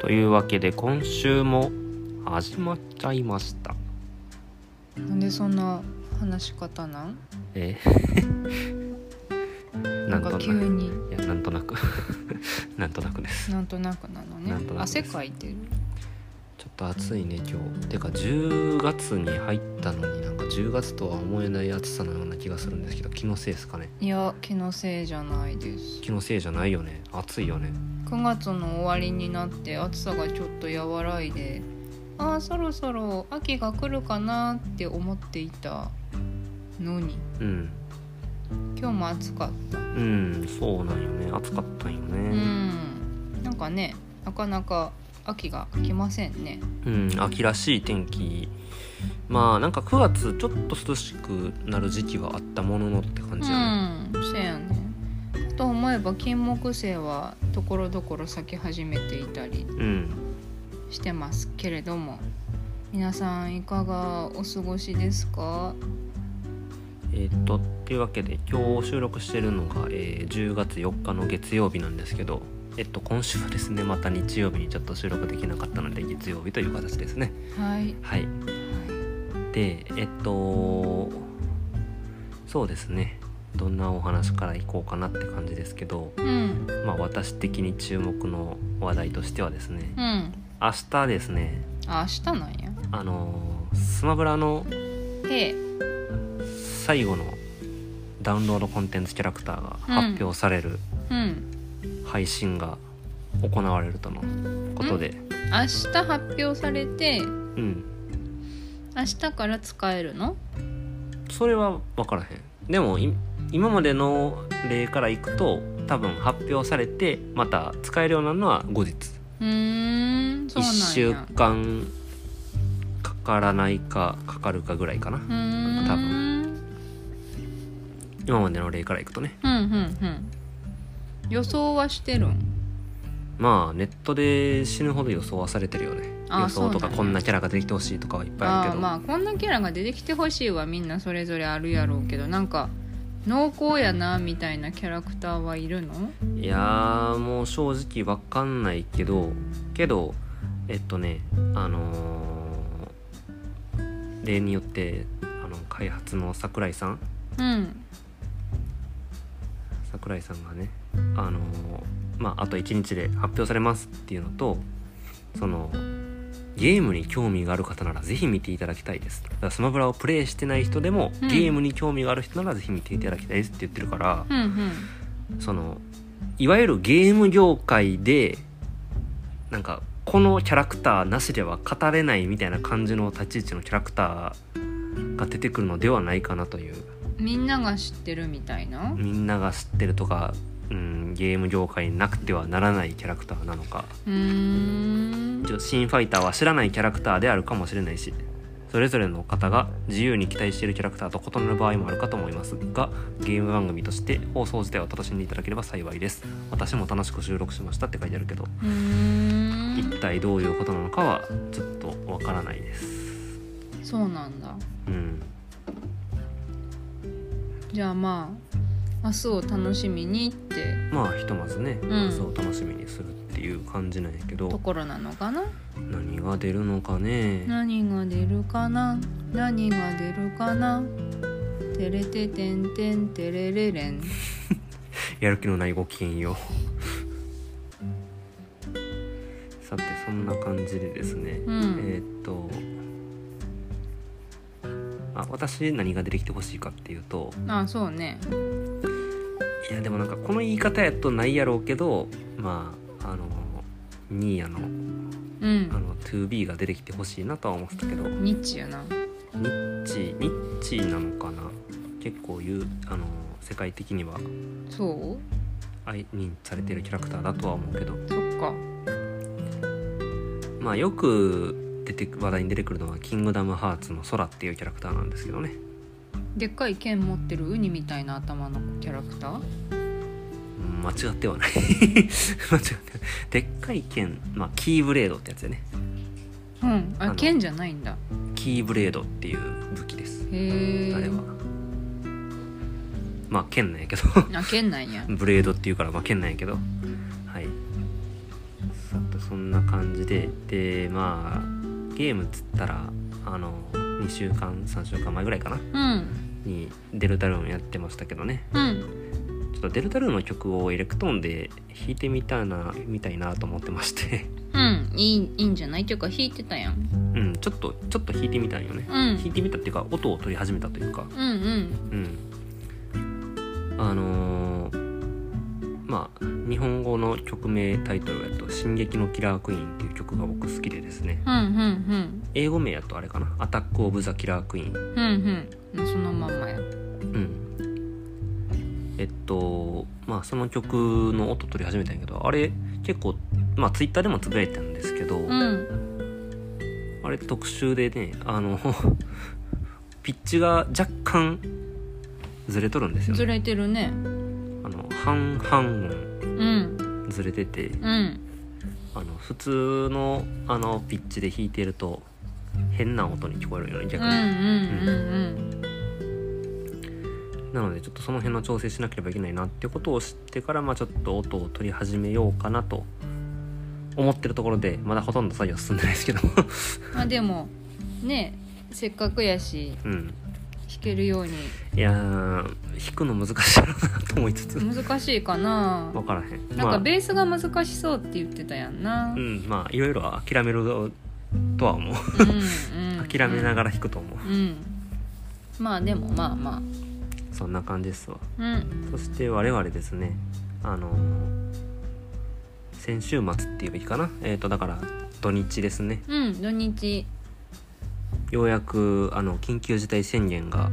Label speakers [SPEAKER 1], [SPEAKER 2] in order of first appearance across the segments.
[SPEAKER 1] というわけで今週も始まっちゃいました
[SPEAKER 2] なんでそんな話し方なん
[SPEAKER 1] えな
[SPEAKER 2] な
[SPEAKER 1] んんとな
[SPEAKER 2] か急
[SPEAKER 1] く
[SPEAKER 2] に
[SPEAKER 1] いやなんとなく なんとなくです
[SPEAKER 2] なんとなくなのね
[SPEAKER 1] なんとなくです
[SPEAKER 2] 汗かいてる
[SPEAKER 1] ちょっと暑いね今日てか10月に入ったのになんか10月とは思えない暑さのような気がするんですけど気のせいですかね
[SPEAKER 2] いや気のせいじゃないです
[SPEAKER 1] 気のせいじゃないよね暑いよね
[SPEAKER 2] 9月の終わりになって暑さがちょっと和らいでああそろそろ秋が来るかなって思っていたのに
[SPEAKER 1] うん
[SPEAKER 2] 今日も暑かった
[SPEAKER 1] うんそうなんよね暑かったんよ
[SPEAKER 2] う
[SPEAKER 1] ね
[SPEAKER 2] んなんかねなかなか秋が来ませんね
[SPEAKER 1] うん、秋らしい天気まあなんか9月ちょっと涼しくなる時期はあったもののって感
[SPEAKER 2] う
[SPEAKER 1] じやね、
[SPEAKER 2] んそうやねと思えば金木犀はところどころ咲き始めていたり
[SPEAKER 1] うん
[SPEAKER 2] してますけれども皆さんいかがお過ごしですか
[SPEAKER 1] えーっとっていうわけで今日収録してるのが、えー10月4日の月曜日なんですけどえっと今週はですねまた日曜日にちょっと収録できなかったので月曜日という形ですね
[SPEAKER 2] はい
[SPEAKER 1] はいでえっとそうですねどんなお話からいこうかなって感じですけど
[SPEAKER 2] うん
[SPEAKER 1] まあ私的に注目の話題としてはですね
[SPEAKER 2] うん
[SPEAKER 1] 明日ですね
[SPEAKER 2] あ明日なんや
[SPEAKER 1] あのースマブラの
[SPEAKER 2] へえ
[SPEAKER 1] 最後のダウンロードコンテンツキャラクターが発表される
[SPEAKER 2] うん
[SPEAKER 1] 配信が行われるとのことで、
[SPEAKER 2] 明日発表されて
[SPEAKER 1] うん
[SPEAKER 2] 明日から使えるの
[SPEAKER 1] それは分からへんでもい今までの例からいくと多分発表されてまた使えるようになるのは後日
[SPEAKER 2] うーんそう
[SPEAKER 1] 1
[SPEAKER 2] なん
[SPEAKER 1] 週
[SPEAKER 2] や
[SPEAKER 1] 間かからないかかかるかぐらいかな
[SPEAKER 2] うーん
[SPEAKER 1] 多今までの例からいくとね
[SPEAKER 2] うんうんうん予想はしてるん
[SPEAKER 1] まあネットで死ぬほど予想はされてるよね
[SPEAKER 2] あ
[SPEAKER 1] 予想と
[SPEAKER 2] そ
[SPEAKER 1] か
[SPEAKER 2] うなんや
[SPEAKER 1] こんなキャラが出てきてほしいとかはいっぱいある
[SPEAKER 2] あ
[SPEAKER 1] け
[SPEAKER 2] ー
[SPEAKER 1] ど
[SPEAKER 2] まあこんなキャラが出てきてほしいはみんなそれぞれあるやろうけどなんか濃厚やなみたいなキャラクターはいるの
[SPEAKER 1] いやーもう正直わかんないけどけどえっとねあのー例によってあの開発の桜井さん
[SPEAKER 2] うん
[SPEAKER 1] 桜井さんがねあのーまああと1日で発表されますっていうのとそのゲームに興味がある方ならぜひ見ていただきたいですだからスマブラをプレイしてない人でも、
[SPEAKER 2] うん
[SPEAKER 1] ゲームに興味がある人ならぜひ見ていただきたいですって言ってるから、
[SPEAKER 2] うんうん
[SPEAKER 1] そのいわゆるゲーム業界でなんかこのキャラクターなしでは語れないみたいな感じの立ち位置のキャラクターが出てくるのではないかなという
[SPEAKER 2] みんなが知ってるみたいな
[SPEAKER 1] みんなが知ってるとか、うん、ゲーム業界になくてはならないキャラクターなのか
[SPEAKER 2] うーん
[SPEAKER 1] 一応シンファイターは知らないキャラクターであるかもしれないしそれぞれの方が自由に期待しているキャラクターと異なる場合もあるかと思いますがゲーム番組として放送自体を楽しんでいただければ幸いです私も楽しく収録しましたって書いてあるけど
[SPEAKER 2] うーん
[SPEAKER 1] 一体どういうことなのかはちょっとわからないです
[SPEAKER 2] そうなんだ
[SPEAKER 1] うん
[SPEAKER 2] じゃあまあ明日を楽しみにって
[SPEAKER 1] まあひとまずね、
[SPEAKER 2] ん
[SPEAKER 1] そう楽しみにするっていう感じなんやけ
[SPEAKER 2] と
[SPEAKER 1] ど
[SPEAKER 2] ころなのかな
[SPEAKER 1] 何が出るのかね
[SPEAKER 2] 何が出るかな何が出るかなてれててんてんてれれれん
[SPEAKER 1] やる気のないごきげんようさてそんな感じでですね、
[SPEAKER 2] うん
[SPEAKER 1] えーっとあ私何が出てきてほしいかっていうと
[SPEAKER 2] ああそうね
[SPEAKER 1] いやでもなんかこの言い方やとないやろうけどまああのニーヤの
[SPEAKER 2] う
[SPEAKER 1] あ
[SPEAKER 2] ん
[SPEAKER 1] の 2B が出てきてほしいなとは思ってたけどニ
[SPEAKER 2] ニッチやな
[SPEAKER 1] ッチニッチなのかな結構言うあの世界的には
[SPEAKER 2] そ
[SPEAKER 1] 愛認知されてるキャラクターだとは思うけど
[SPEAKER 2] うそっか
[SPEAKER 1] まあよく出てく話題に出てくるのは「キングダムハーツの空」っていうキャラクターなんですけどね
[SPEAKER 2] でっかい剣持ってるウニみたいな頭のキャラクター
[SPEAKER 1] うん間違ってはない 間違ってはないでっかい剣、まあ、キーブレードってやつでね
[SPEAKER 2] うん
[SPEAKER 1] あ
[SPEAKER 2] あ
[SPEAKER 1] の
[SPEAKER 2] 剣じゃないんだ
[SPEAKER 1] キーブレードっていう武器です
[SPEAKER 2] へえ
[SPEAKER 1] あれはまあ剣なんやけど
[SPEAKER 2] あ剣なんや
[SPEAKER 1] ブレードっていうからまあ剣なんやけどはいさてそそんな感じででまあゲームっつったらあの2週間3週間前ぐらいかな
[SPEAKER 2] うん
[SPEAKER 1] にデルタルーンやってましたけどね
[SPEAKER 2] うん
[SPEAKER 1] ちょっとデルタルーンの曲をエレクトーンで弾いてみたいなみたいなと思ってまして
[SPEAKER 2] うんいいいいんじゃないっていうか弾いてたやん
[SPEAKER 1] うんちょっとちょっと弾いてみたんよね
[SPEAKER 2] う
[SPEAKER 1] 弾い
[SPEAKER 2] ん
[SPEAKER 1] てみたっていうか音を取り始めたというか
[SPEAKER 2] うんうん
[SPEAKER 1] うんあのーまあ日本語の曲名タイトルやと「進撃のキラークイーン」っていう曲が僕好きでですね
[SPEAKER 2] うんうん
[SPEAKER 1] 英語名やとあれかな「アタック・オブ・ザ・キラークイーン」
[SPEAKER 2] うんうんうんそのまんまや
[SPEAKER 1] うん、えっとまあその曲の音取り始めたんやけどあれ結構まあツイッターでもつぶやいてたんですけど、
[SPEAKER 2] うん
[SPEAKER 1] あれ特集でねあの ピッチが若干ずれとるんですよ
[SPEAKER 2] ず
[SPEAKER 1] ね
[SPEAKER 2] れてるね
[SPEAKER 1] あの半半音
[SPEAKER 2] うん
[SPEAKER 1] ずれてて
[SPEAKER 2] うん
[SPEAKER 1] あの普通のあのピッチで弾いてると変な音に聞こえるよね
[SPEAKER 2] うん
[SPEAKER 1] 逆
[SPEAKER 2] う
[SPEAKER 1] に、
[SPEAKER 2] んうん
[SPEAKER 1] なのでちょっとその辺の調整しなければいけないなっていうことを知ってからまあちょっと音を取り始めようかなと思ってるところでまだほとんど作業進んでないですけど
[SPEAKER 2] うんまあでもねせっかくやし
[SPEAKER 1] うん
[SPEAKER 2] 弾けるように
[SPEAKER 1] いやー弾くの難しいだろうなと思いつつ
[SPEAKER 2] 難しいかな
[SPEAKER 1] 分からへん
[SPEAKER 2] なん
[SPEAKER 1] ま
[SPEAKER 2] か
[SPEAKER 1] あ
[SPEAKER 2] ベースが難しそうって言ってたやんな、
[SPEAKER 1] うんまあいろいろ諦めるとは思う
[SPEAKER 2] うんうん
[SPEAKER 1] 諦めながら弾くと思う
[SPEAKER 2] うんまあでもまあま
[SPEAKER 1] そんな感じですわ
[SPEAKER 2] あうん
[SPEAKER 1] そして我々ですねあの先週末っていうべきかなえっ、とだから土日ですね
[SPEAKER 2] うん土日
[SPEAKER 1] ようやくあの緊急事態宣言が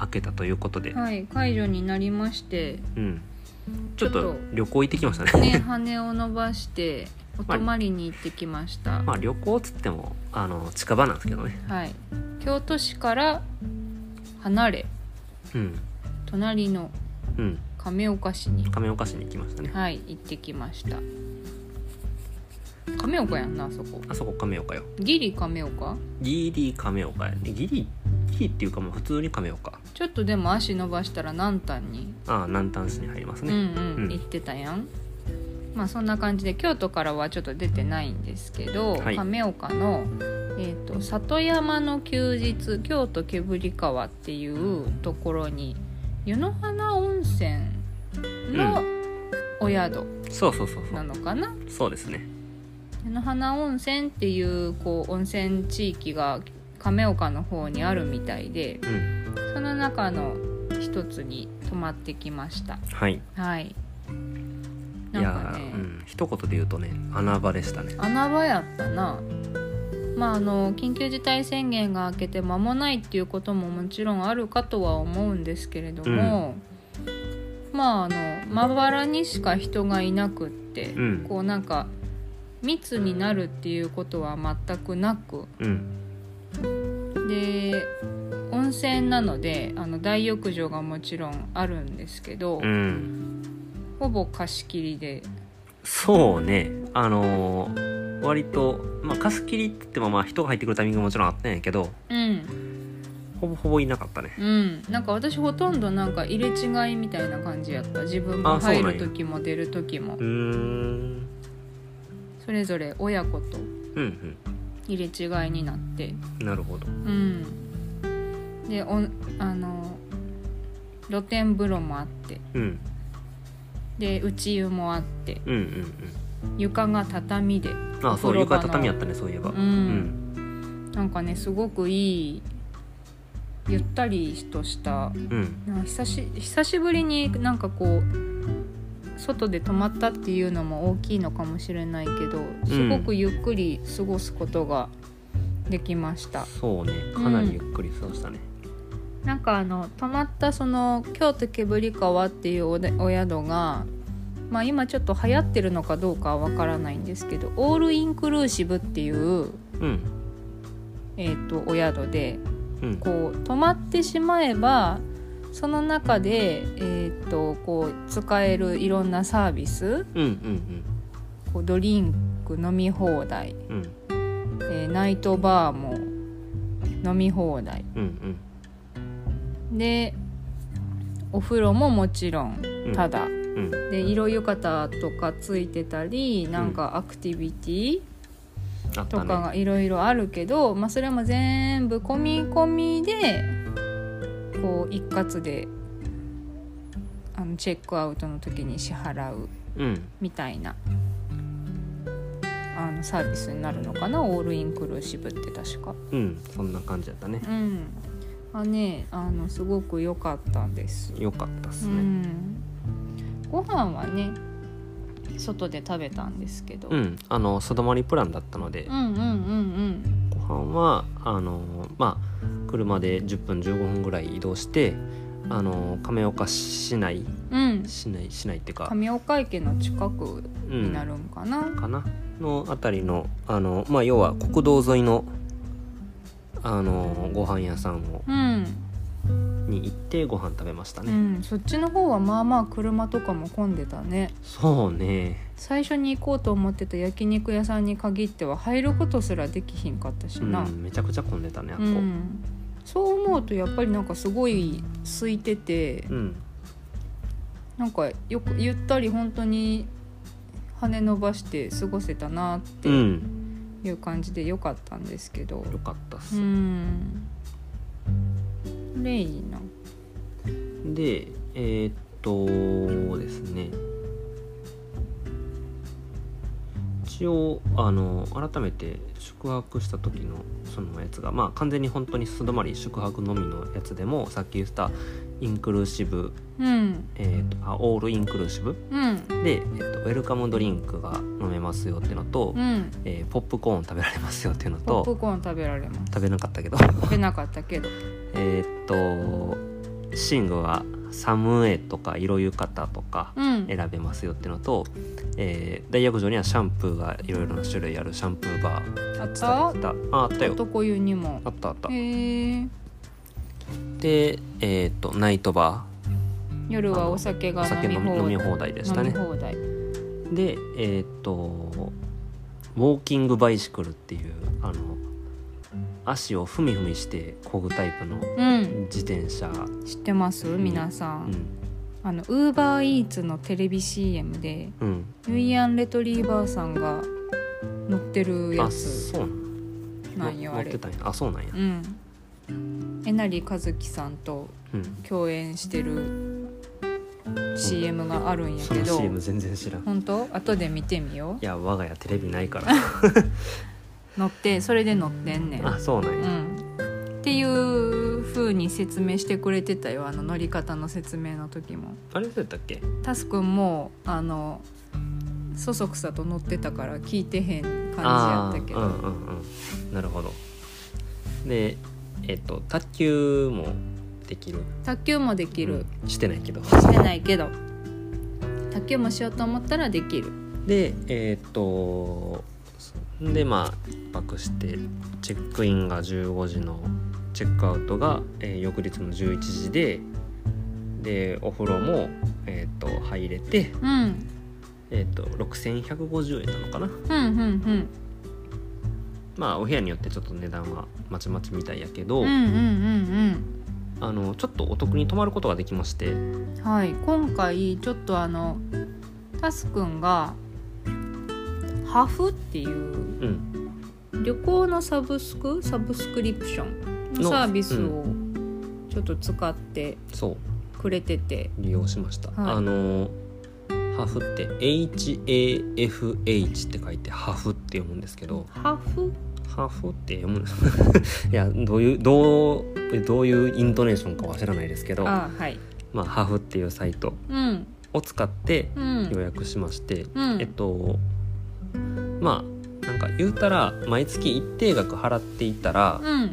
[SPEAKER 1] 明けたということで、
[SPEAKER 2] はい解除になりまして
[SPEAKER 1] うん、ちょっ
[SPEAKER 2] ちょ
[SPEAKER 1] と
[SPEAKER 2] っと
[SPEAKER 1] 旅行行ってきましたね
[SPEAKER 2] ね羽を伸ばしてお泊まりに行ってきました、
[SPEAKER 1] まあ旅行っつってもあの近場なんですけどね、
[SPEAKER 2] はい京都市から離れ
[SPEAKER 1] うん
[SPEAKER 2] 隣の
[SPEAKER 1] うん、
[SPEAKER 2] 亀岡市に
[SPEAKER 1] 亀岡市に行きましたね
[SPEAKER 2] はい行ってきました亀岡やんなあそこ
[SPEAKER 1] あそこ亀岡よ
[SPEAKER 2] ギリ亀岡
[SPEAKER 1] ギリ亀岡やねギリギリっていうかもう普通に亀岡
[SPEAKER 2] ちょっとでも足伸ばしたら南端に
[SPEAKER 1] ああ南丹市に入ります
[SPEAKER 2] うん
[SPEAKER 1] ね
[SPEAKER 2] うん、
[SPEAKER 1] うん
[SPEAKER 2] 行ってたやんまあそんな感じで京都からはちょっと出てないんですけど、
[SPEAKER 1] はい
[SPEAKER 2] 亀岡の、えー、と里山の休日京都煙川っていうところに湯の花温泉のお宿
[SPEAKER 1] そうそうそうそ
[SPEAKER 2] な
[SPEAKER 1] う
[SPEAKER 2] のかな、
[SPEAKER 1] そうですね
[SPEAKER 2] 湯の花温泉っていうこう温泉地域が亀岡の方にあるみたいで
[SPEAKER 1] うん
[SPEAKER 2] その中の一つに泊まってきました
[SPEAKER 1] はい
[SPEAKER 2] はい
[SPEAKER 1] い
[SPEAKER 2] な
[SPEAKER 1] や
[SPEAKER 2] んかね
[SPEAKER 1] ー、うん、一言で言うとね穴場でしたね
[SPEAKER 2] 穴場やったなまああの緊急事態宣言が明けて間もないっていうことももちろんあるかとは思うんですけれども、まああのまばらにしか人がいなくって、
[SPEAKER 1] うん
[SPEAKER 2] こうなんか密になるっていうことは全くなく
[SPEAKER 1] うん
[SPEAKER 2] で温泉なのであの大浴場がもちろんあるんですけど、
[SPEAKER 1] うん
[SPEAKER 2] ほぼ貸し切りで
[SPEAKER 1] そうねあのー割と、まあ、貸し切りって言ってもまあ人が入ってくるタイミングももちろんあったんやけど
[SPEAKER 2] うん
[SPEAKER 1] ほぼほぼいなかったね
[SPEAKER 2] うん、なんか私ほとんどなんか入れ違いみたいな感じやった自分が
[SPEAKER 1] あそうなん
[SPEAKER 2] 入
[SPEAKER 1] や
[SPEAKER 2] る時も出る時も
[SPEAKER 1] うーん
[SPEAKER 2] それぞれ親子と
[SPEAKER 1] うん
[SPEAKER 2] 入れ違いになって
[SPEAKER 1] うんなるほど
[SPEAKER 2] うんでおあの露天風呂もあって
[SPEAKER 1] うん
[SPEAKER 2] で内湯もあって
[SPEAKER 1] うんうん
[SPEAKER 2] 床が畳で
[SPEAKER 1] うんあそう
[SPEAKER 2] お風呂場の
[SPEAKER 1] 床畳やったねそういえば
[SPEAKER 2] うんなんかねすごくいいゆったりとした
[SPEAKER 1] うんうん
[SPEAKER 2] なんか久し久しぶりになんかこう外で泊まったっていうのも大きいのかもしれないけどすごくゆっくり過ごすことができました、
[SPEAKER 1] そうねかなりゆっくり過ごしたね
[SPEAKER 2] なんかあの泊まったその京都煙川っていうおでお宿が、まあ、今ちょっと流行ってるのかどうかはわからないんですけどオールインクルーシブっていう、
[SPEAKER 1] うん
[SPEAKER 2] えー、とお宿で
[SPEAKER 1] うん
[SPEAKER 2] こう止まってしまえばその中で、えーっとこう使えるいろんなサービス
[SPEAKER 1] うんうん
[SPEAKER 2] こうドリンク飲み放題、
[SPEAKER 1] うんうん
[SPEAKER 2] えーナイトバーも飲み放題
[SPEAKER 1] うん
[SPEAKER 2] でお風呂ももちろん
[SPEAKER 1] うん
[SPEAKER 2] ただ、
[SPEAKER 1] ううん
[SPEAKER 2] で色浴衣とかついてたりなんかアクティビティ
[SPEAKER 1] あっ
[SPEAKER 2] と
[SPEAKER 1] た
[SPEAKER 2] か
[SPEAKER 1] ね
[SPEAKER 2] がいろいろあるけど、まあ、それも全部込み込みでこう一括であのチェックアウトの時に支払う
[SPEAKER 1] うん
[SPEAKER 2] みたいなあのサービスになるのかなオールインクルーシブって確か。
[SPEAKER 1] うんそんな感じだったね
[SPEAKER 2] うん、あねあのすごく良かったです。
[SPEAKER 1] よかったっす
[SPEAKER 2] う
[SPEAKER 1] ね
[SPEAKER 2] ん、ご飯はね外で食べたんですけど、
[SPEAKER 1] うん、あの素泊まりプランだったので
[SPEAKER 2] うん、うんうんうん
[SPEAKER 1] ご飯はあのまあ車で10分15分ぐらい移動してあの亀岡市内
[SPEAKER 2] うん
[SPEAKER 1] 市内市内っていうか、
[SPEAKER 2] 神岡池の近く
[SPEAKER 1] う
[SPEAKER 2] に
[SPEAKER 1] ん、
[SPEAKER 2] なるんかな、
[SPEAKER 1] かなのあたりのあのまあ要は国道沿いのあのご飯屋さんを
[SPEAKER 2] うん、
[SPEAKER 1] に行ってご飯食べました
[SPEAKER 2] う
[SPEAKER 1] ね、
[SPEAKER 2] ん、そっちの方はまあまあ車とかも混んでたね
[SPEAKER 1] そうね
[SPEAKER 2] 最初に行こうと思ってた焼肉屋さんに限っては入ることすらできひんかったし
[SPEAKER 1] う
[SPEAKER 2] な、
[SPEAKER 1] ん、めちゃくちゃ混んでたねあっ
[SPEAKER 2] う
[SPEAKER 1] こうん、
[SPEAKER 2] ん、そう思うとやっぱりなんかすごい空いててなんかよくゆったり本当に羽伸ばして過ごせたなって
[SPEAKER 1] うん
[SPEAKER 2] いう感じで良かったんですけど
[SPEAKER 1] よかったっす、
[SPEAKER 2] うんレイな
[SPEAKER 1] でえーっとですね一応あの改めて宿泊した時のそのやつがまあ完全に本当に素泊まり宿泊のみのやつでもさっき言ったインクルーシブ、
[SPEAKER 2] うん
[SPEAKER 1] えーっとあオールインクルーシブ
[SPEAKER 2] うん
[SPEAKER 1] で、えーっとウェルカムドリンクが飲めますよっていうのと、
[SPEAKER 2] うん
[SPEAKER 1] えーポップコーン食べられますよっていうの
[SPEAKER 2] ポップ
[SPEAKER 1] と
[SPEAKER 2] コーン食べられます
[SPEAKER 1] 食べなかったけど
[SPEAKER 2] 食べなかったけど
[SPEAKER 1] えーっとシングはサムエとか色浴衣とか
[SPEAKER 2] うん
[SPEAKER 1] 選べますよってのと、えー大浴場にはシャンプーがいろいろな種類あるシャンプーバー
[SPEAKER 2] あっ
[SPEAKER 1] が伝え
[SPEAKER 2] た
[SPEAKER 1] てたああったよ
[SPEAKER 2] 男湯にも
[SPEAKER 1] あったあった
[SPEAKER 2] へえ
[SPEAKER 1] でえっ、とナイトバ
[SPEAKER 2] 夜はお酒
[SPEAKER 1] ーお
[SPEAKER 2] が
[SPEAKER 1] 酒
[SPEAKER 2] 飲み
[SPEAKER 1] 飲み飲
[SPEAKER 2] 放
[SPEAKER 1] み放
[SPEAKER 2] 題
[SPEAKER 1] 題でしたね
[SPEAKER 2] 飲み放題
[SPEAKER 1] でえっ、とウォーキングバイシクルっていうあの足をふみふみして漕ぐタイプの
[SPEAKER 2] うん
[SPEAKER 1] 自転車、
[SPEAKER 2] 知ってます
[SPEAKER 1] ん
[SPEAKER 2] 皆さ、
[SPEAKER 1] うんん
[SPEAKER 2] あのウーバーイーツのテレビ CM で
[SPEAKER 1] うん、
[SPEAKER 2] ユイアン・レトリーバーさんが乗ってるや
[SPEAKER 1] あ
[SPEAKER 2] つ
[SPEAKER 1] そうな
[SPEAKER 2] なんん
[SPEAKER 1] や
[SPEAKER 2] よ
[SPEAKER 1] 乗
[SPEAKER 2] あ
[SPEAKER 1] っ
[SPEAKER 2] れ
[SPEAKER 1] てたんやあそうなんや
[SPEAKER 2] うんえなりかずきさんと
[SPEAKER 1] うん
[SPEAKER 2] 共演してる CM があるんや
[SPEAKER 1] そ
[SPEAKER 2] け
[SPEAKER 1] の
[SPEAKER 2] ど
[SPEAKER 1] CM 全然知らんい
[SPEAKER 2] 本当後で見てみよ
[SPEAKER 1] や我が家テレビない から
[SPEAKER 2] う乗ってそれで乗ってんねん
[SPEAKER 1] あそうなん
[SPEAKER 2] う
[SPEAKER 1] や、
[SPEAKER 2] ん、っていう風に説明してくれてたよあの乗り方の説明の時も
[SPEAKER 1] あれそうやったっけ
[SPEAKER 2] タスくんもあのそそくさと乗ってたから聞いてへん
[SPEAKER 1] あ
[SPEAKER 2] 感じやったけ
[SPEAKER 1] あー
[SPEAKER 2] ど
[SPEAKER 1] うんうんうんなるほどでえっ、と卓球もできる
[SPEAKER 2] 卓球もできる、
[SPEAKER 1] うんしてないけど
[SPEAKER 2] してないけど卓球もしようと思ったらできる
[SPEAKER 1] でえっ、とでまあ一泊してチェックインが15時のチェックアウトが、えー翌日の11時ででお風呂も、えー、と入れて、
[SPEAKER 2] うん
[SPEAKER 1] えー、と6150円なのかな
[SPEAKER 2] うんうん
[SPEAKER 1] まあお部屋によってちょっと値段はまちまちみたいやけ
[SPEAKER 2] う
[SPEAKER 1] ど、
[SPEAKER 2] んうんうんうん
[SPEAKER 1] あのちょっとお得に泊まることができまして
[SPEAKER 2] うんはい今回ちょっとあのタスくんがハフっていう
[SPEAKER 1] うん、
[SPEAKER 2] 旅行のサブスクサブスクリプションのサービスをちょっと使って
[SPEAKER 1] そう
[SPEAKER 2] くれてて、
[SPEAKER 1] 利用しました、
[SPEAKER 2] はい
[SPEAKER 1] あのハフって HAFH って書いてハフって読むんですけど
[SPEAKER 2] ハフ
[SPEAKER 1] ハフって読む いやどういうどうどういうイントネーションかは知らないですけど
[SPEAKER 2] あはい
[SPEAKER 1] まあ、ハフっていうサイト
[SPEAKER 2] うん
[SPEAKER 1] を使って
[SPEAKER 2] うん
[SPEAKER 1] 予約しまして、
[SPEAKER 2] うん
[SPEAKER 1] えっとまあなんか言うたら毎月一定額払っていったら、
[SPEAKER 2] うん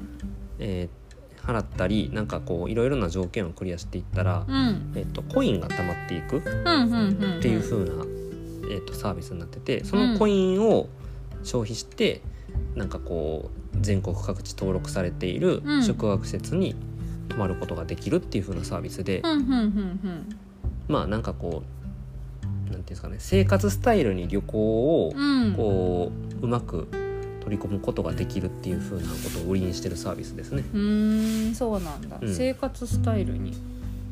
[SPEAKER 1] えー払ったりなんかこういろいろな条件をクリアしていったら、
[SPEAKER 2] うん
[SPEAKER 1] えっと、コインが溜まっていくっ
[SPEAKER 2] うんうんうん
[SPEAKER 1] ていう風な、えっと、サービスになっててそのコインを消費して、なんかこう全国各地登録されている
[SPEAKER 2] うん
[SPEAKER 1] 宿泊施設に泊まることができるっていう風なサービスで、
[SPEAKER 2] うんうんうん
[SPEAKER 1] まあなんかこうなんていうんですかね生活スタイルに旅行を
[SPEAKER 2] うんうん
[SPEAKER 1] こううまく取り込むことができるっていう風なことを売りにしてるサービスですね。
[SPEAKER 2] うーんそうなんだ、
[SPEAKER 1] うん
[SPEAKER 2] 生活スタイルに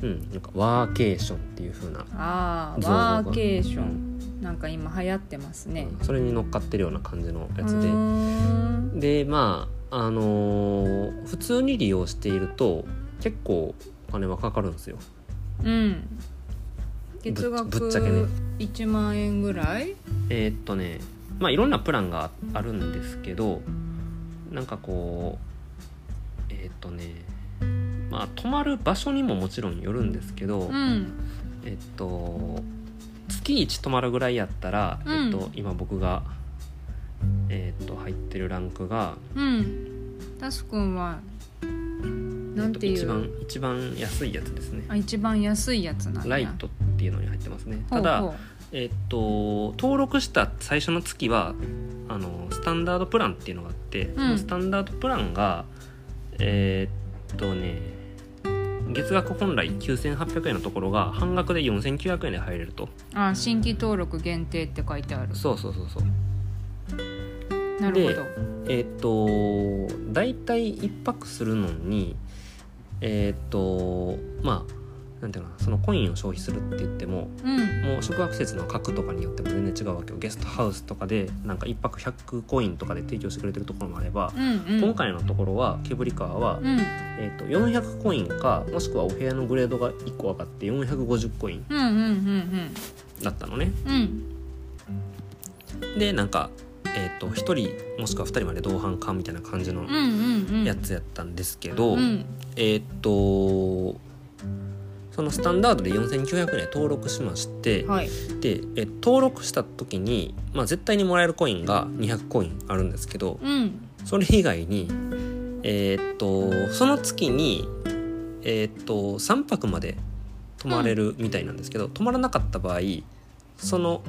[SPEAKER 1] うん、なんかワーケーションっていう風な
[SPEAKER 2] あ
[SPEAKER 1] 造語
[SPEAKER 2] あ
[SPEAKER 1] が
[SPEAKER 2] ワーケーシ
[SPEAKER 1] う
[SPEAKER 2] ョ
[SPEAKER 1] ん
[SPEAKER 2] ンなんか今流行ってますね
[SPEAKER 1] うんそれに乗っかってるような感じのや
[SPEAKER 2] う
[SPEAKER 1] つ
[SPEAKER 2] ー
[SPEAKER 1] で、
[SPEAKER 2] ん
[SPEAKER 1] でまああのー普通に利用していると結構お金はかかるんですよ
[SPEAKER 2] うん月額
[SPEAKER 1] ぶっちゃけね
[SPEAKER 2] 1万円ぐらい
[SPEAKER 1] えーっとねまあいろんなプランがあるんですけどなんかこうえーっとねまあ泊まる場所にももちろんよるんですけど、
[SPEAKER 2] うん
[SPEAKER 1] えっと月1泊まるぐらいやったら、
[SPEAKER 2] うん
[SPEAKER 1] えっと、今僕が、えっと、入ってるランクが、
[SPEAKER 2] うんタスくんはなんて
[SPEAKER 1] え
[SPEAKER 2] い
[SPEAKER 1] っと、一
[SPEAKER 2] う
[SPEAKER 1] 番一番安いやつですね
[SPEAKER 2] あ一番安いやつなんだ
[SPEAKER 1] ライトっていうのに入ってますねただ
[SPEAKER 2] ほうほう
[SPEAKER 1] えっと登録した最初の月はあのスタンダードプランっていうのがあって、そのスタンダードプランがえっとね月額本来9800円のところが半額で4900円で入れると
[SPEAKER 2] あ新規登録限定って書いてある
[SPEAKER 1] そうそうそうそう
[SPEAKER 2] なるほど
[SPEAKER 1] えーっ、と大体1泊するのにえーっ、とまあなんていうのかなそのコインを消費するって言っても
[SPEAKER 2] うん
[SPEAKER 1] もう宿泊施設の格とかによっても全然違うわけよゲストハウスとかでなんか1泊100コインとかで提供してくれてるところもあれば、
[SPEAKER 2] うんうん
[SPEAKER 1] 今回のところはケブリカーは、
[SPEAKER 2] うん
[SPEAKER 1] えーっと400コインかもしくはお部屋のグレードが1個上がって450コイン
[SPEAKER 2] うんうんうん
[SPEAKER 1] だったのね。
[SPEAKER 2] うんうん
[SPEAKER 1] でなんか、えーっと1人もしくは2人まで同伴かみたいな感じの
[SPEAKER 2] うんうんうん
[SPEAKER 1] やつやったんですけど。
[SPEAKER 2] うん
[SPEAKER 1] えーっとそのスタンダードで4900円で登録しまして、
[SPEAKER 2] はい
[SPEAKER 1] でえ登録した時に、まあ、絶対にもらえるコインが200コインあるんですけど
[SPEAKER 2] うん
[SPEAKER 1] それ以外にえーっとその月にえーっと3泊まで泊まれるみたいなんですけど、泊まらなかった場合その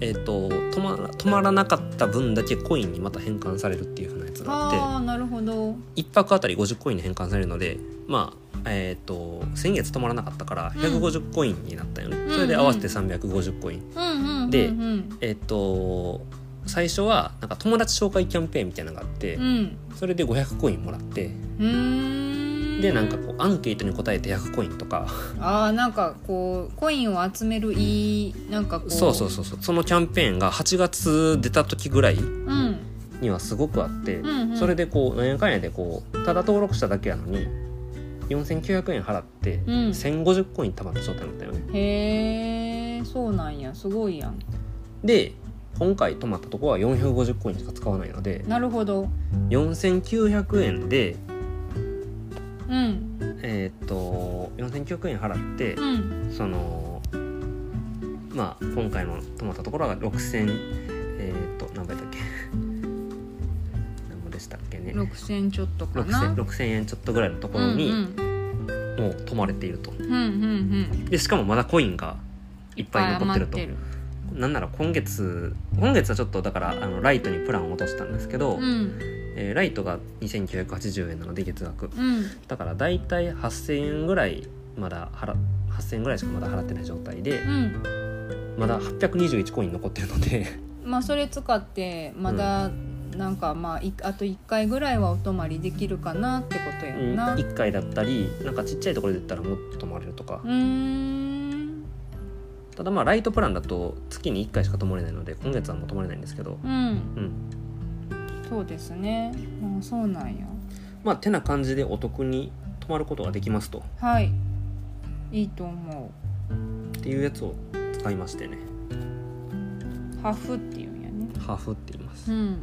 [SPEAKER 1] えーっと泊まら泊まらなかった分だけコインにまた返還されるっていう風なやつがあって。
[SPEAKER 2] ああなるほど
[SPEAKER 1] 1泊あたり50コインに変換されるのでまあえっ、と先月泊まらなかったから150コインになったよね、
[SPEAKER 2] ん
[SPEAKER 1] それで合わせて350コイン、
[SPEAKER 2] うんうんうんうん
[SPEAKER 1] で
[SPEAKER 2] うん
[SPEAKER 1] えっ、と最初はなんか友達紹介キャンペーンみたいなのがあって、
[SPEAKER 2] うん
[SPEAKER 1] それで500コインもらって
[SPEAKER 2] うーん
[SPEAKER 1] でなんかこうアンケートに答えて100コインとか、
[SPEAKER 2] ああなんかこうコインを集めるいいなんかこう
[SPEAKER 1] そうそうそうそうそのキャンペーンが8月出た時ぐらい
[SPEAKER 2] うん
[SPEAKER 1] にはすごくあって、
[SPEAKER 2] うんうん
[SPEAKER 1] それでこう何やかんやでこうただ登録しただけやのに4900円払って
[SPEAKER 2] うん
[SPEAKER 1] 1050コイン貯まった状態なんだよね。
[SPEAKER 2] へえそうなんやすごいやん
[SPEAKER 1] で今回泊まったとこは450コインしか使わないので
[SPEAKER 2] なるほど
[SPEAKER 1] 4900円で
[SPEAKER 2] うん
[SPEAKER 1] えーっと4900円払って
[SPEAKER 2] うん
[SPEAKER 1] そのまあ今回の泊まったところは6000えーっと何倍だっけ何倍でしたっけね
[SPEAKER 2] 6000ちょっとかな
[SPEAKER 1] 6000, 6000円ちょっとぐらいのところ
[SPEAKER 2] う
[SPEAKER 1] に
[SPEAKER 2] ん
[SPEAKER 1] もう泊まれていると、
[SPEAKER 2] うんうんうん
[SPEAKER 1] でしかもまだコインがいっぱい残ってると
[SPEAKER 2] いっぱい余
[SPEAKER 1] なんなら今月今月はちょっとだからあのライトにプランを落としたんですけど、
[SPEAKER 2] ってる
[SPEAKER 1] えーライトが2980円なので月額
[SPEAKER 2] うんうん
[SPEAKER 1] だから大体8,000円ぐらいまだ払8,000円ぐらいしかまだ払ってない状態で
[SPEAKER 2] うん
[SPEAKER 1] まだ821コイン残ってるので
[SPEAKER 2] まあそれ使ってまだなんかまあいあと1回ぐらいはお泊まりできるかなってことや んなう
[SPEAKER 1] 1回だったりなんかちっちゃいところで言ったらもっと泊まれるとか
[SPEAKER 2] ーん
[SPEAKER 1] ただまあライトプランだと月に1回しか泊まれないので今月はもう泊まれないんですけど
[SPEAKER 2] うん
[SPEAKER 1] うん
[SPEAKER 2] そうですねあそうなんや
[SPEAKER 1] まあてな感じでお得に泊まることができますと
[SPEAKER 2] はいいいと思
[SPEAKER 1] っていうやつを使いましてね
[SPEAKER 2] うハフっていうんやね
[SPEAKER 1] ハーフって言います
[SPEAKER 2] うん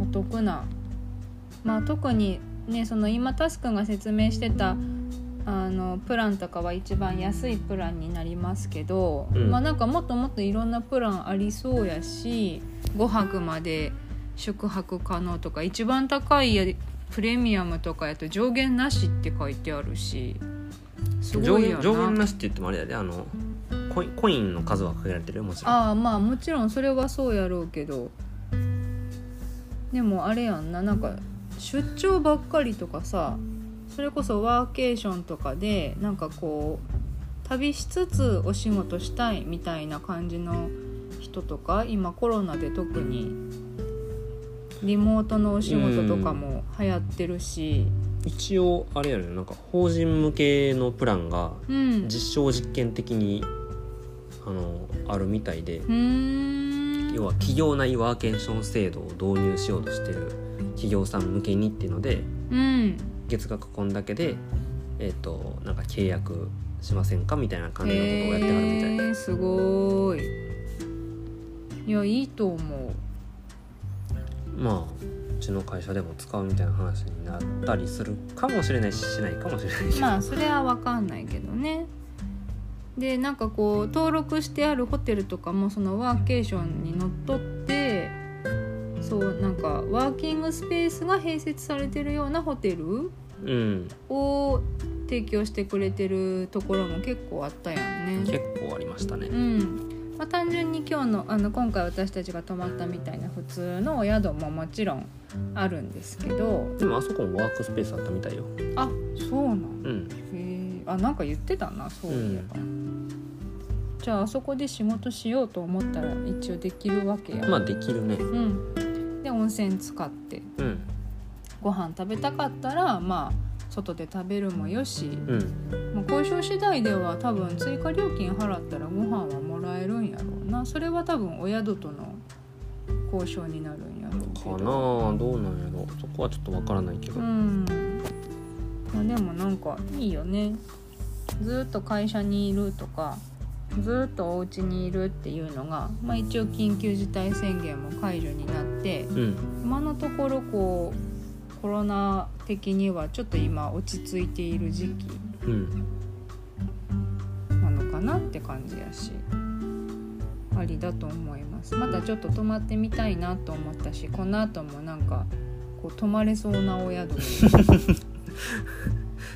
[SPEAKER 2] お得なまあ特にねその今タスくんが説明してたあのプランとかは一番安いプランになりますけど、
[SPEAKER 1] うん
[SPEAKER 2] まあなんかもっともっといろんなプランありそうやし5泊まで宿泊可能とか一番高いやプレミアムとかやと上限なしって書いてあるしす
[SPEAKER 1] 上
[SPEAKER 2] ごい
[SPEAKER 1] 限
[SPEAKER 2] よな
[SPEAKER 1] 上限なしって言ってもあれだねあのコインコインの数は限られてるよもちろん
[SPEAKER 2] ああまあもちろんそれはそうやろうけどでもあれやんななんか出張ばっかりとかさそれこそワーケーションとかでなんかこう旅しつつお仕事したいみたいな感じの人とか今コロナで特にリモートのお仕事とかも流行ってるし、
[SPEAKER 1] 一応あれやねなんか法人向けのプランが
[SPEAKER 2] うん、
[SPEAKER 1] 実証実験的にあのあるみたいで
[SPEAKER 2] うーん
[SPEAKER 1] 要は企業内ワーケーション制度を導入しようとしてる企業さん向けにっていうので
[SPEAKER 2] うん
[SPEAKER 1] 月額こんだけでえっ、となんか契約しませんかみたいな感じのことをやってはるみたい
[SPEAKER 2] へーすごーいいやいいと思
[SPEAKER 1] まあうちの会社でも使うみたいな話になったりするかもしれないししないかもしれないけ
[SPEAKER 2] う
[SPEAKER 1] ど、
[SPEAKER 2] まあそれは分かんないけどねでなんかこう登録してあるホテルとかもそのワーケーションにのっとってそうなんかワーキングスペースが併設されてるようなホテル
[SPEAKER 1] うん
[SPEAKER 2] を提供してくれてるところも結構あったやんね。
[SPEAKER 1] 結構ありましたね
[SPEAKER 2] う。んまあ、単純に今日のあの今回私たちが泊まったみたいな普通のお宿ももちろんあるんですけど
[SPEAKER 1] でもあそこもワークスペースあったみたいよ。
[SPEAKER 2] あそうなん
[SPEAKER 1] うん。
[SPEAKER 2] へえあなんか言ってたなそういえば、じゃああそこで仕事しようと思ったら一応できるわけや、
[SPEAKER 1] まあできるね。
[SPEAKER 2] うんで温泉使って
[SPEAKER 1] うん。
[SPEAKER 2] ご飯食べたかったらまあ外で食べるもよし、
[SPEAKER 1] うん。
[SPEAKER 2] まあ、交渉次第では多分追加料金払ったらご飯はもらえるんやろうなそれは多分お宿との交渉になるんやろうけ
[SPEAKER 1] かなあ
[SPEAKER 2] ど
[SPEAKER 1] どうなんやろそこはちょっとわからないけど。
[SPEAKER 2] う
[SPEAKER 1] うん。
[SPEAKER 2] ん、まあ、でもなんかいいよねずっと会社にいるとかずっとお家にいるっていうのが、まあ、一応緊急事態宣言も解除になって今のところこうコロナ的にはちょっと今落ち着いている時期
[SPEAKER 1] うん。
[SPEAKER 2] なのかなって感じやしありだと思いますまたちょっと泊まってみたいなと思ったしこの後もなんかこう泊まれそうな お宿に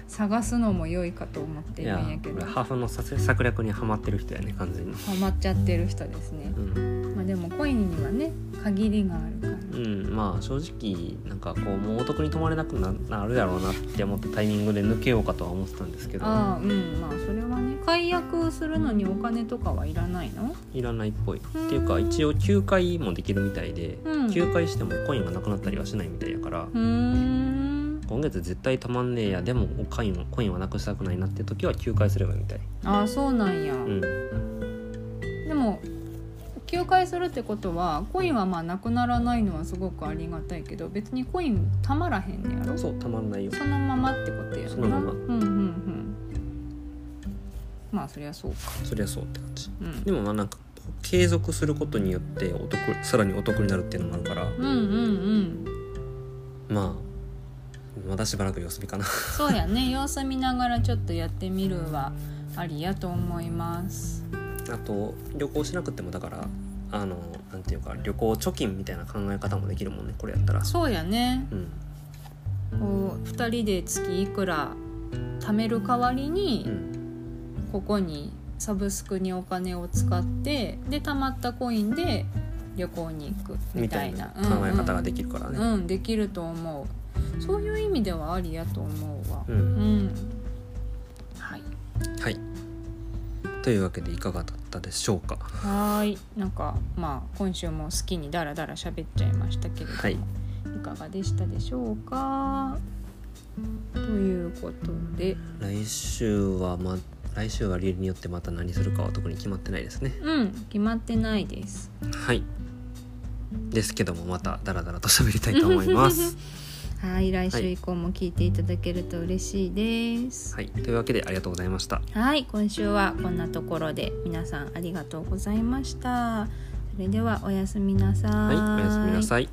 [SPEAKER 2] 探すのも良いかと思って
[SPEAKER 1] い
[SPEAKER 2] る
[SPEAKER 1] や
[SPEAKER 2] んやけ、ど
[SPEAKER 1] 俺
[SPEAKER 2] ハ
[SPEAKER 1] ハーフの策策略にはまってる人やね完全に。
[SPEAKER 2] マっちゃってる人ですね
[SPEAKER 1] う、ん。
[SPEAKER 2] まあ、でもコインにはね限りがあるから
[SPEAKER 1] うん。まあ正直なんかこうもうお得に泊まれなくななるやろうなって思ったタイミングで抜けようかとは思ってたんですけど、
[SPEAKER 2] ああうんまあそれはね解約するのにお金とかはいらないの
[SPEAKER 1] いらないっぽい。っていうか一応9回もできるみたいで、
[SPEAKER 2] うん
[SPEAKER 1] 9回してもコインがなくなったりはしないみたいやから。
[SPEAKER 2] うーん
[SPEAKER 1] 今月絶対たまんねえやでもコインはコインはなくしたくないなって時は9回すればいいみたい
[SPEAKER 2] ああそうなんや、
[SPEAKER 1] うん
[SPEAKER 2] でも休会するってことはコインはまあなくならないのはすごくありがたいけど別にコインたまらへんねやろ
[SPEAKER 1] そうたまんないよ
[SPEAKER 2] そのままってことやな
[SPEAKER 1] そのまま
[SPEAKER 2] うんうんうんまあそりゃそうか
[SPEAKER 1] そりゃそうって感じ
[SPEAKER 2] うん
[SPEAKER 1] でもまあなんかこう継続することによってお得さらにお得になるっていうのもあるから
[SPEAKER 2] うんうんうん
[SPEAKER 1] まあまだしばらく様子見かな
[SPEAKER 2] そうやね様子見ながらちょっとやってみるはありやと思います
[SPEAKER 1] あと旅行しなくてもだからあのなんていうか旅行貯金みたいな考え方もできるもんねこれやったら
[SPEAKER 2] そうやね
[SPEAKER 1] うん
[SPEAKER 2] こう2人で月いくら貯める代わりに、
[SPEAKER 1] うん
[SPEAKER 2] ここにサブスクにお金を使ってで貯まったコインで旅行に行くみ
[SPEAKER 1] み
[SPEAKER 2] た
[SPEAKER 1] た
[SPEAKER 2] い
[SPEAKER 1] いな
[SPEAKER 2] な
[SPEAKER 1] 考え方が
[SPEAKER 2] で
[SPEAKER 1] できるから
[SPEAKER 2] き
[SPEAKER 1] ね
[SPEAKER 2] る、うん、できると思うそういう意味ではありやと思うわ
[SPEAKER 1] う
[SPEAKER 2] うんん、はい
[SPEAKER 1] はいというわけでいかがだったでしょうか
[SPEAKER 2] はーいなんかまあ今週も好きにダラダラ喋っちゃいましたけれども、
[SPEAKER 1] はい
[SPEAKER 2] いかがでしたでしょうかということで
[SPEAKER 1] 来週はま来週は理由によってまた何するかは特に決まってないですね
[SPEAKER 2] うん決まってないです
[SPEAKER 1] はいですけどもまたダラダラと喋りたいと思います
[SPEAKER 2] はい来週
[SPEAKER 1] はい
[SPEAKER 2] 以降も聞いていただけると嬉しいです、
[SPEAKER 1] はいというわけでありがとうございました
[SPEAKER 2] はい、今週はこんなところで皆さんありがとうございました。それではおやすみなさ。
[SPEAKER 1] はいいおやすみなさい